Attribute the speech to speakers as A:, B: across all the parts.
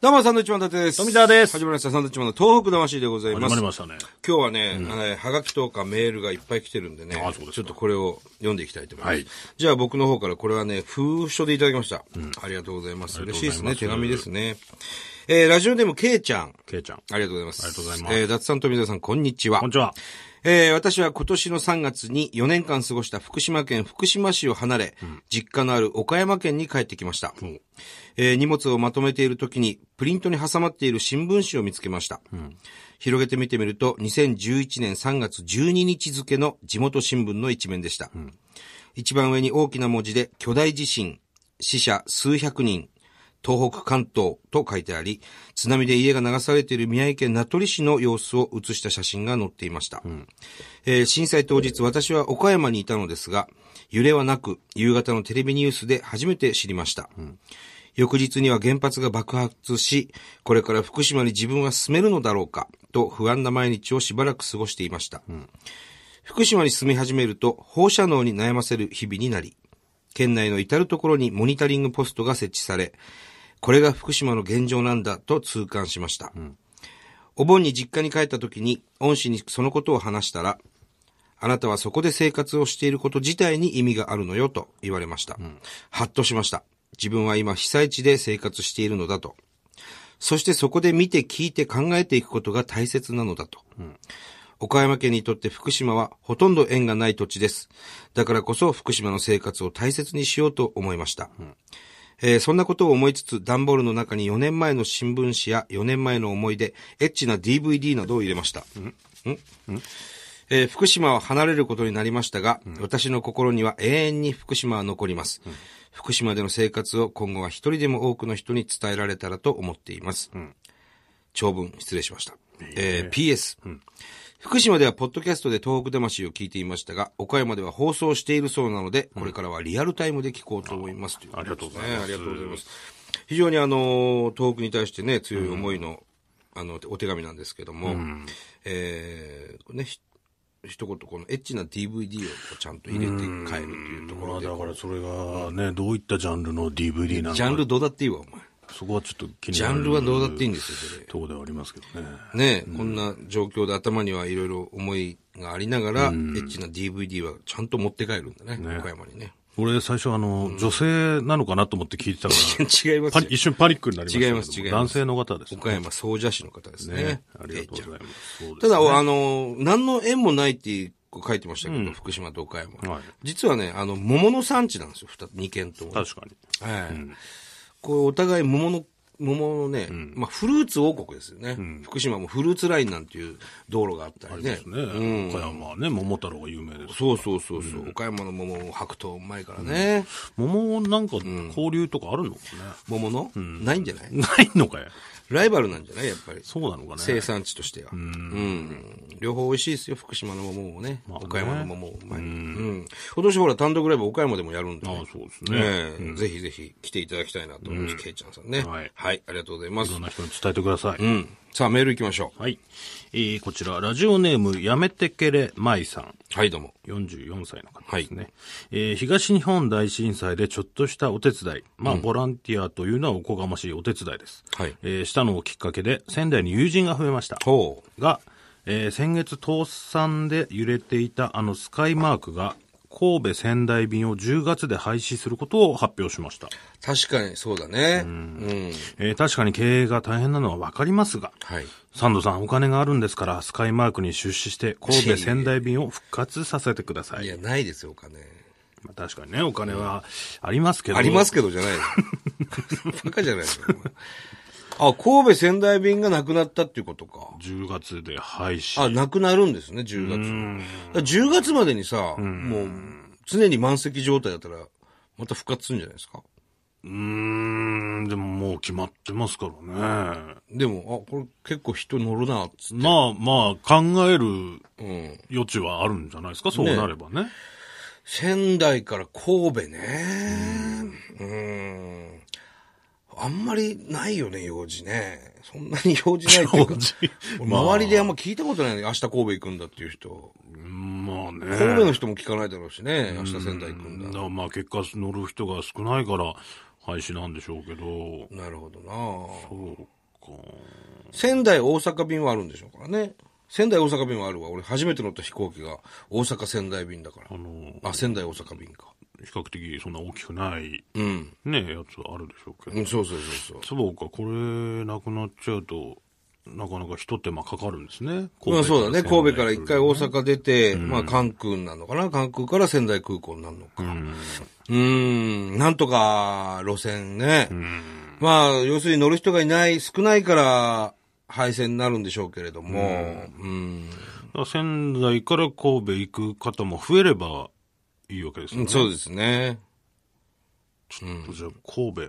A: どうも、サンドウィッチマン伊達です。
B: 富澤です
A: 始まりました、サンドウィッチマンの東北魂でござい
B: 始
A: ま。
B: ますり
A: 今
B: ましたね。
A: 日はね、あのはがきとかメールがいっぱい来てるんでね
B: あそうですか
A: ちょっとこれを読んでいきたいと思います。
B: はい
A: じゃあ僕の方からこれはね、封書でいただきました。ありがとうございます。嬉しいですね、
B: あり
A: 手
B: がとう
A: 紙
B: ござい
A: で
B: ます
A: すね。えー、ラジオネーム、けいちゃん。
B: ケイちゃん。
A: ありがとうございます。
B: ありがとうございます
A: えー、達さん、富澤さん、こんにちは。
B: こんにちは。
A: えー私は今年の3月に4年間過ごした福島県福島市を離れ、実家のある岡山県に帰ってきました。
B: うん
A: えー荷物をまとめている時に、プリントに挟まっている新聞紙を見つけました。広げて見てみると、2011年3月12日付の地元新聞の一面でした。一番上に大きな文字で、巨大地震、死者数百人、東北関東と書いてあり、津波で家が流されている宮城県名取市の様子を写した写真が載っていました。えー震災当日、私は岡山にいたのですが、揺れはなく、夕方のテレビニュースで初めて知りました。翌日には原発が爆発し、これから福島に自分は住めるのだろうか、と不安な毎日をしばらく過ごしていました。福島に住み始めると放射能に悩ませる日々になり、県内の至るところにモニタリングポストが設置され、これが福島の現状なんだと痛感しました。お盆に実家に帰った時に恩師にそのことを話したら、あなたはそこで生活をしていること自体に意味があるのよと言われました。はっとしました。自分は今被災地で生活しているのだと。そしてそこで見て聞いて考えていくことが大切なのだと。岡山県にとって福島はほとんど縁がない土地です。だからこそ福島の生活を大切にしようと思いました。えーそんなことを思いつつ、段ボールの中に4年前の新聞紙や4年前の思い出、エッチな DVD などを入れました。んえー福島を離れることになりましたが、私の心には永遠に福島は残ります、福島での生活を今後は一人でも多くの人に伝えられたらと思っています。長文失礼しました。えー PS、福島ではポッドキャストで東北魂を聞いていましたが、岡山では放送しているそうなので、これからはリアルタイムで聞こうと思います。という
B: ありがとうござい
A: ね
B: ます
A: ありがとうございます。非常にあの、東北に対してね、強い思いの、あの、お手紙なんですけども、えー、これね、ひ一言、このエッチな DVD をちゃんと入れて帰るというとこ
B: ま
A: ろ
B: あ
A: で、
B: だからそれがね、どういったジャンルの DVD なの
A: ジャ
B: か、
A: ンルどうだっていいわ、お前。
B: そこはちょっと気に
A: ジ
B: な
A: ャ
B: る。
A: ンルはどうだっていいん
B: で
A: ですよ、それ。
B: とこではありますけどね。
A: ねえ、こんな状況で頭にはいろいろ思いがありながら、エッチな DVD はちゃんと持って帰るんだね、岡山にね。
B: 俺最初あの、女性なのかなと思って聞いてたか
A: 違いま
B: ら、
A: す
B: パ
A: よ
B: ニ。一瞬パニックになりましたけど。
A: 違います違います
B: 男性の方ですね。
A: 岡山総社市の方ですね。
B: ねありがとうございます。そうで
A: た
B: す
A: だ、あの、何の縁もないって書いてましたけど、福島と岡山。
B: はい
A: 実はね、あの、桃の産地なんですよ、二二県とも。
B: 確かに。
A: はい。こう、お互い桃の、桃のね、まあ、フルーツ王国ですよね、福島もフルーツラインなんていう道路があったりね。
B: ですね。岡山はね、桃太郎が有名です。
A: そうそうそうそう、岡山の桃を白桃うまいからね。
B: 桃なんか交流とかあるのかね。
A: 桃の、ないんじゃない
B: ないのかよ。
A: ライバルなんじゃないやっぱり。
B: そうなのかね。
A: 生産地としては。うん。両方美味しいですよ、福島の桃もね。
B: まあね
A: 岡山の桃もうまい。うん。今年ほら単独ライブ岡山でもやるんでね。
B: ああ、そうですね。
A: ええぜひぜひ来ていただきたいなと思います、ケイちゃんさんね。
B: はい
A: はい、ありがとうございま
B: い
A: す
B: ろん。な人に伝えてください。
A: うん。さあ、メール行きましょ
B: はい。えー、こちら、ラジオネーム、やめてけれまいさん。
A: う。はい、どうも。
B: 44歳の方ですね、えー東日本大震災でちょっとしたお手伝い。まあ、ボランティアというのはおこがましいお手伝いです。
A: はい
B: えーしたのをきっかけで、仙台に友人が増えました。
A: ほう。
B: が、えー先月倒産で揺れていたあのスカイマークが、神戸仙台便を10月で廃止することを発表しました。
A: 確かにそうだね。うん。
B: えー確かに経営が大変なのはわかりますが、
A: はい。
B: サンドさん、お金があるんですから、スカイマークに出資して、神戸仙台便を復活させてくださ
A: い
B: い。
A: や、ないですよ、お金。
B: まあ確かにね、お金はありますけど。
A: ありますすけどじゃないよ。バカじゃないよ。お前あ、神戸仙台便がなくなったっていうことか。
B: 10月で廃止。
A: あ、なくなるんですね、10月。だから10月までにさ、もう、常に満席状態だったら、また復活するんじゃないですか。
B: うーん、でももう決まってますからね。
A: でも、あ、これ結構人乗るな、つっ
B: まあまあ、考える
A: て。うん。
B: 余地はあるんじゃないですか、そうなればね。
A: 仙台から神戸ね。うん。あんまりないよね、用事ね。そんなに用事ないっていうか
B: 用事。
A: 俺周りであんま聞いたことないのに、明日神戸行くんだっていう人。
B: うんまあね。
A: 神戸の人も聞かないだろうしね、明日仙台行くんだ。
B: だからまあ結果乗る人が少ないから、廃止なんでしょうけど、
A: なるほどな
B: そうか。
A: 仙台、大阪便はあるんでしょうからね。仙台、大阪便はあるわ。俺、初めて乗った飛行機が大阪、仙台便だから
B: あ。の、
A: あ、仙台、大阪便か。
B: 比較的そんな大きくない、
A: うん。
B: ね、やつあるでしょうけど
A: う。んそうそうそうそう。
B: そうか、これ、なくなっちゃうと、なかなか一手間かかるんですね。
A: まあ、そうだね。神戸から一
B: 仙台来る
A: 回大阪出て、まあ、関空なのかな関空から仙台空港になるのか。
B: うん。
A: うーん、なんとか、路線ね。
B: うん。
A: まあ、要するに乗る人がいない、少ないから、廃線になるんでしょうけれども、うん。
B: だから仙台から神戸行く方も増えればいいわけですよね。
A: そうですね。
B: ちょっとじゃあ神戸、
A: は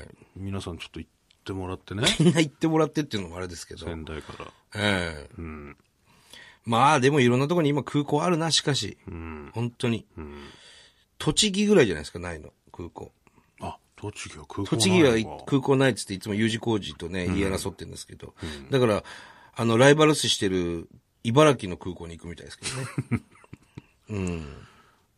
A: い。
B: 皆さんちょっと行ってもらってね。
A: みんな行ってもらってっていうのもあれですけど。
B: 仙台から。
A: ええ
B: うん。
A: まあ、でもいろんなところに今空港あるな、しかし。
B: うん。
A: 本当に。
B: うん。
A: 栃木ぐらいじゃないですか、ないの、空港。
B: あ、栃木は空港
A: 栃木は
B: ないのか
A: 空港ないっつっていつも U 字工事とね、言い争ってるんですけど。だから、あの、ライバル視してる茨城の空港に行くみたいですけ どね。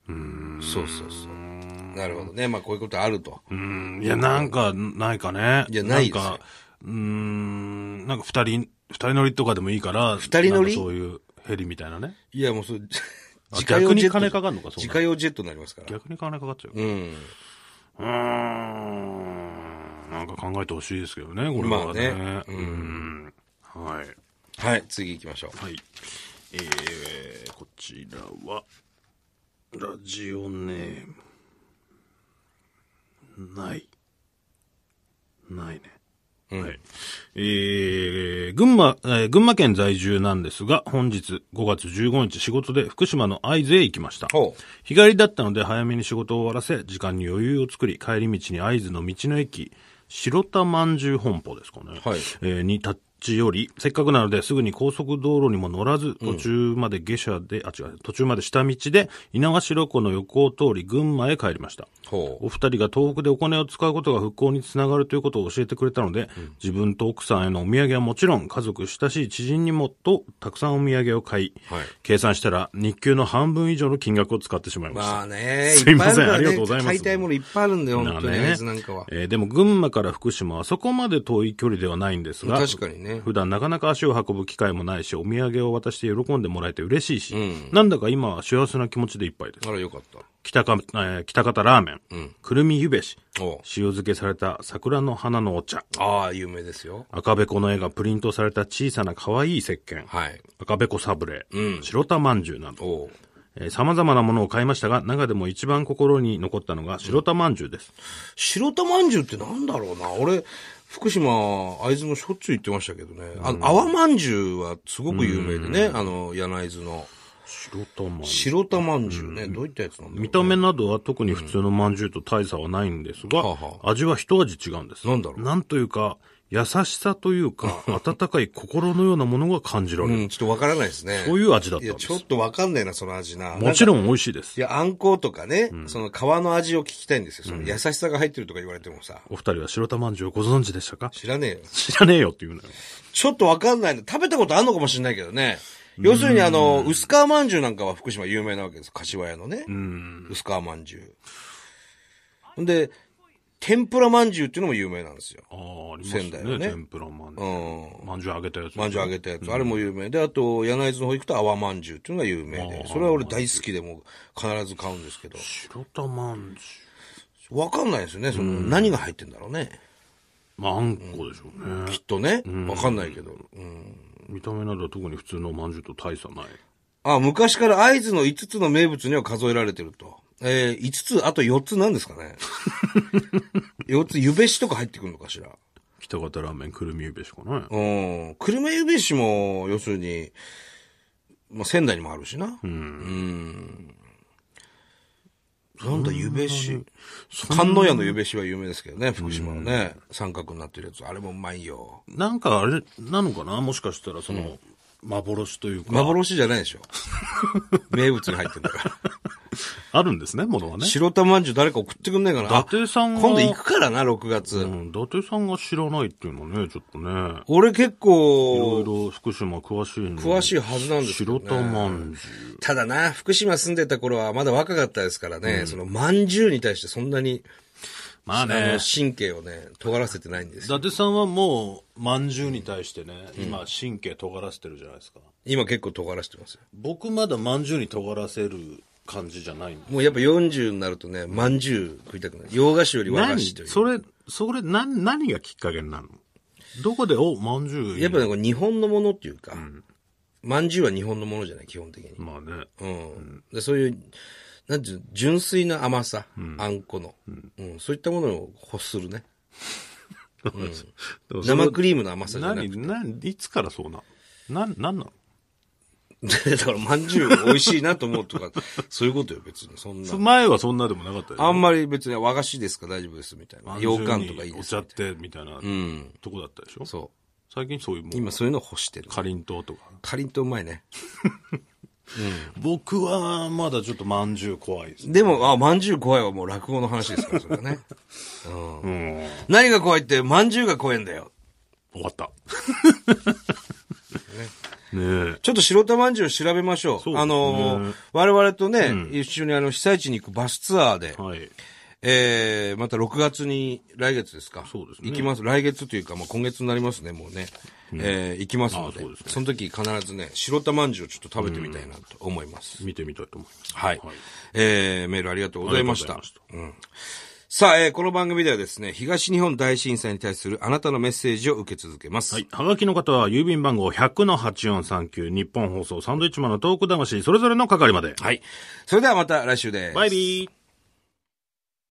A: うん。そうそうそう。なるほどね。まあ、こういうことあると。
B: うん。いや、なんか、ないかね。
A: いやないですよ
B: なんか、うーん。なんか二人、二人乗りとかでもいいから。
A: 二人乗り
B: なんかそういうヘリみたいなね。
A: いや、もうそう、
B: あ逆に金
A: か
B: かかるのか、そう
A: 自。家用ジェットになりますから。
B: 逆に金かかっちゃう。
A: うん。
B: うーん。なんか考えてほしいですけどね、これ
A: ま
B: は
A: あ
B: ね。
A: ね
B: うん。はい。
A: はい、次行きましょう。
B: はい。えー、こちらは、ラジオネーム。ない。ないね。はい。えー、群馬、えー群馬県在住なんですが、本日5月15日仕事で福島の会津へ行きました。
A: ほう。
B: 日帰りだったので早めに仕事を終わらせ、時間に余裕を作り、帰り道に会津の道の駅、白田饅頭本舗ですかね。
A: はい
B: えーに立ち寄り、せっかくなのですぐに高速道路にも乗らず、途中まで下車で、あ、違う、途中まで下道で、猪苗代湖の横を通り、群馬へ帰りました。
A: ほう。
B: お二人が東北でお金を使うことが復興につながるということを教えてくれたので、自分と奥さんへのお土産はもちろん、家族、親しい知人にもと、たくさんお土産を買い、
A: はい
B: 計算したら日給の半分以上の金額を使ってしまいました。
A: まあね、
B: すいませ
A: っぱる
B: ん
A: からね
B: ありがとうございます
A: 買いたいものいっぱいあるんだよ、
B: な
A: 本
B: ん
A: 当
B: か
A: に、
B: ね
A: あいつなんかは。
B: えーでも群馬から福島はそこまで遠い距離ではないんですが、
A: 確かにね。
B: 普段なかなか足を運ぶ機会もないし、お土産を渡して喜んでもらえて嬉しいし、
A: うん
B: なんだか今は幸せな気持ちでいっぱいです。
A: あら、よかっ
B: 北か、えー北方ラーメン、
A: うん
B: くるみゆべし、
A: た。おう
B: 塩漬けされた桜の花のお茶、
A: ああ、有名ですよ。
B: 赤べこの絵がプリントされた小さな可愛い石鹸、
A: はい。
B: 赤べこサブレ、
A: うん
B: 白玉まんじゅうなど、
A: おう
B: えー様々なものを買いましたが、中でも一番心に残ったのが白玉まんじゅうです。
A: 白玉まんじゅうってなんだろうな。俺、福島、会津のしょっちゅう行ってましたけどね。あの、泡まんじゅうはすごく有名でね。あの、柳津の。
B: 白玉まんじゅう
A: 白玉まんじゅうね。どういったやつなんだろ
B: 見た目などは特に普通のまんじゅうと大差はないんですが、
A: うんはあは
B: 味は一味違うんです。
A: なんだろう
B: なんというか、優しさというか、温かい心のようなものが感じら
A: う。
B: れる。
A: うん、ちょっとわからないですね。
B: そういう味だった
A: い
B: ん
A: や、
B: で
A: ちょっ
B: す。
A: とわかんないな、その味な。
B: もちろん美味しいで
A: い
B: す。
A: や、あんことかね、その皮の味を聞きたいんですよ。その優しさが入ってるとか言われてもさ、
B: お二人は白玉まんじゅうをご存知でしたか
A: 知らねえよ。
B: 知らねえよって言うのよ。
A: ちょっとわかんないの。食べたことあんのかもしれないけどね。要するにあの、薄皮まんじゅうなんかは福島有名なわけです。柏屋のね。
B: うん。
A: 薄皮まんじゅう。ほんで、天ぷらまんじゅうっていうのも有名なんですよ。
B: ああ、あります
A: 仙
B: ね。
A: 台のね
B: 天ぷらまんじ
A: う
B: ゅ
A: ん。
B: う。まんじゅう揚げたやつ。
A: まんじゅう揚げたやつ。あれも有名で、あと、柳津の方行くと泡まんじゅうっていうのが有名で
B: あ。ー
A: それは俺大好きでもう必ず買うんですけど。
B: 白玉まんじ
A: わかんないですよね。その、何が入ってんだろうね。
B: ゅう。まあ、あんこでしょうね。
A: きっとね。わかんないけど。うん。
B: 見た目などは特に普通のまんじゅうと大差ない。
A: あ、昔から会津の5つの名物には数えられてると。えー、5つ、あと4つなんですか ね。4つ、ゆべしとか入ってくるのかしら。
B: 北方ラーメン、くるみゆべしかね。
A: うん。久留米ゆべしも、要するに、まあ、仙台にもあるしな。うん。なんだ、ゆべし。観音屋のゆべしは有名ですけどね、福島のね。三角になってるやつ。あれもうまいよ。
B: なんかあれなのかなもしかしたらその、幻というか、
A: 幻じゃない でしょ。名物に入ってんだから。
B: あるんですね、ものはね。
A: 白玉まんじゅう誰か送ってくんないかな。
B: 伊達さんが、
A: 今度行くからな、6月。
B: うん、伊達さんが知らないっていうのはね、ちょっとね、
A: 俺結
B: いろい
A: 構、
B: ろ福島詳しいの
A: 詳しいはずなんですけど
B: 白
A: ね
B: 玉まんじゅう。
A: ただな、福島住んでた頃はまだ若かったですからね、その、まんじゅうに対してそんなに
B: まあ
A: あ
B: ね
A: の。神経をね、尖らせてないんです
B: 伊
A: よ。
B: 達さんはもう、まんじゅうに対してね、今、神経尖らせてるじゃないですか。
A: 今結構尖らしてますよ。
B: 僕まだまんじゅうに尖らせる感じじゃないんで
A: もうやっぱ40になるとね、まんじゅう食いたくない。洋菓子より和菓子という。
B: それ、それ、な、何がきっかけになるのどこで、お、まんじゅういい
A: やっぱね、これ日本のものっていうか、まんじゅうは日本のものじゃない、基本的に。
B: まあね。
A: うん。でそういう、なんていうの純粋な甘さ、あんこの、うん。そういったものを欲するね。 生ク
B: リ
A: リームの甘さじゃなくて。
B: 何、何、いつからそうなのなん、なんなの
A: だから、まんじゅう美味しいなと思うと か、そういうことよ、別に。そんな
B: そ。前はそんなでもなかったよ
A: あんまり別に和菓子ですか大丈夫ですみたいな。洋館とかいい
B: お
A: です。
B: 茶って、みたいな、
A: うん。
B: とこだったでしょ
A: そ
B: 最近そういうも
A: う。
B: ん。
A: 今そういうのを欲してる。
B: かりんとうとか。
A: かりんとうまいね。
B: 僕は、まだちょっとまんじゅう怖いです。
A: でも、あ、まんじゅう怖いはもう落語の話ですから、それは ね。うん。
B: うん。
A: 何が怖いって、まんじゅうが怖いんだよ。
B: 終 わった。ねえ。
A: ちょっと白玉まんじゅうを調べましょう。
B: そうですね
A: あの、我々とね、一緒にあの、被災地に行くバスツアーで、
B: はい。
A: えー、また6月に、来月ですか
B: そうですね
A: 行きます。来月というか、まあ、今月になりますね、もうね。えー、行きますので
B: あそうですね
A: その時必ずね、白玉まんじゅうをちょっと食べてみたいなと思います。
B: 見てみたいと思います。
A: はい。えー、メールありがとうございまし
B: あ
A: た
B: りが。とう
A: うんさあ、えーこの番組ではですね、東日本大震災に対するあなたのメッセージを受け続けます。
B: はい。はがきの方は、郵便番号100-8439、日本放送、サンドイッチマンのトーク魂、それぞれの係まで。
A: はい。それではまた来週です。
B: バイビー。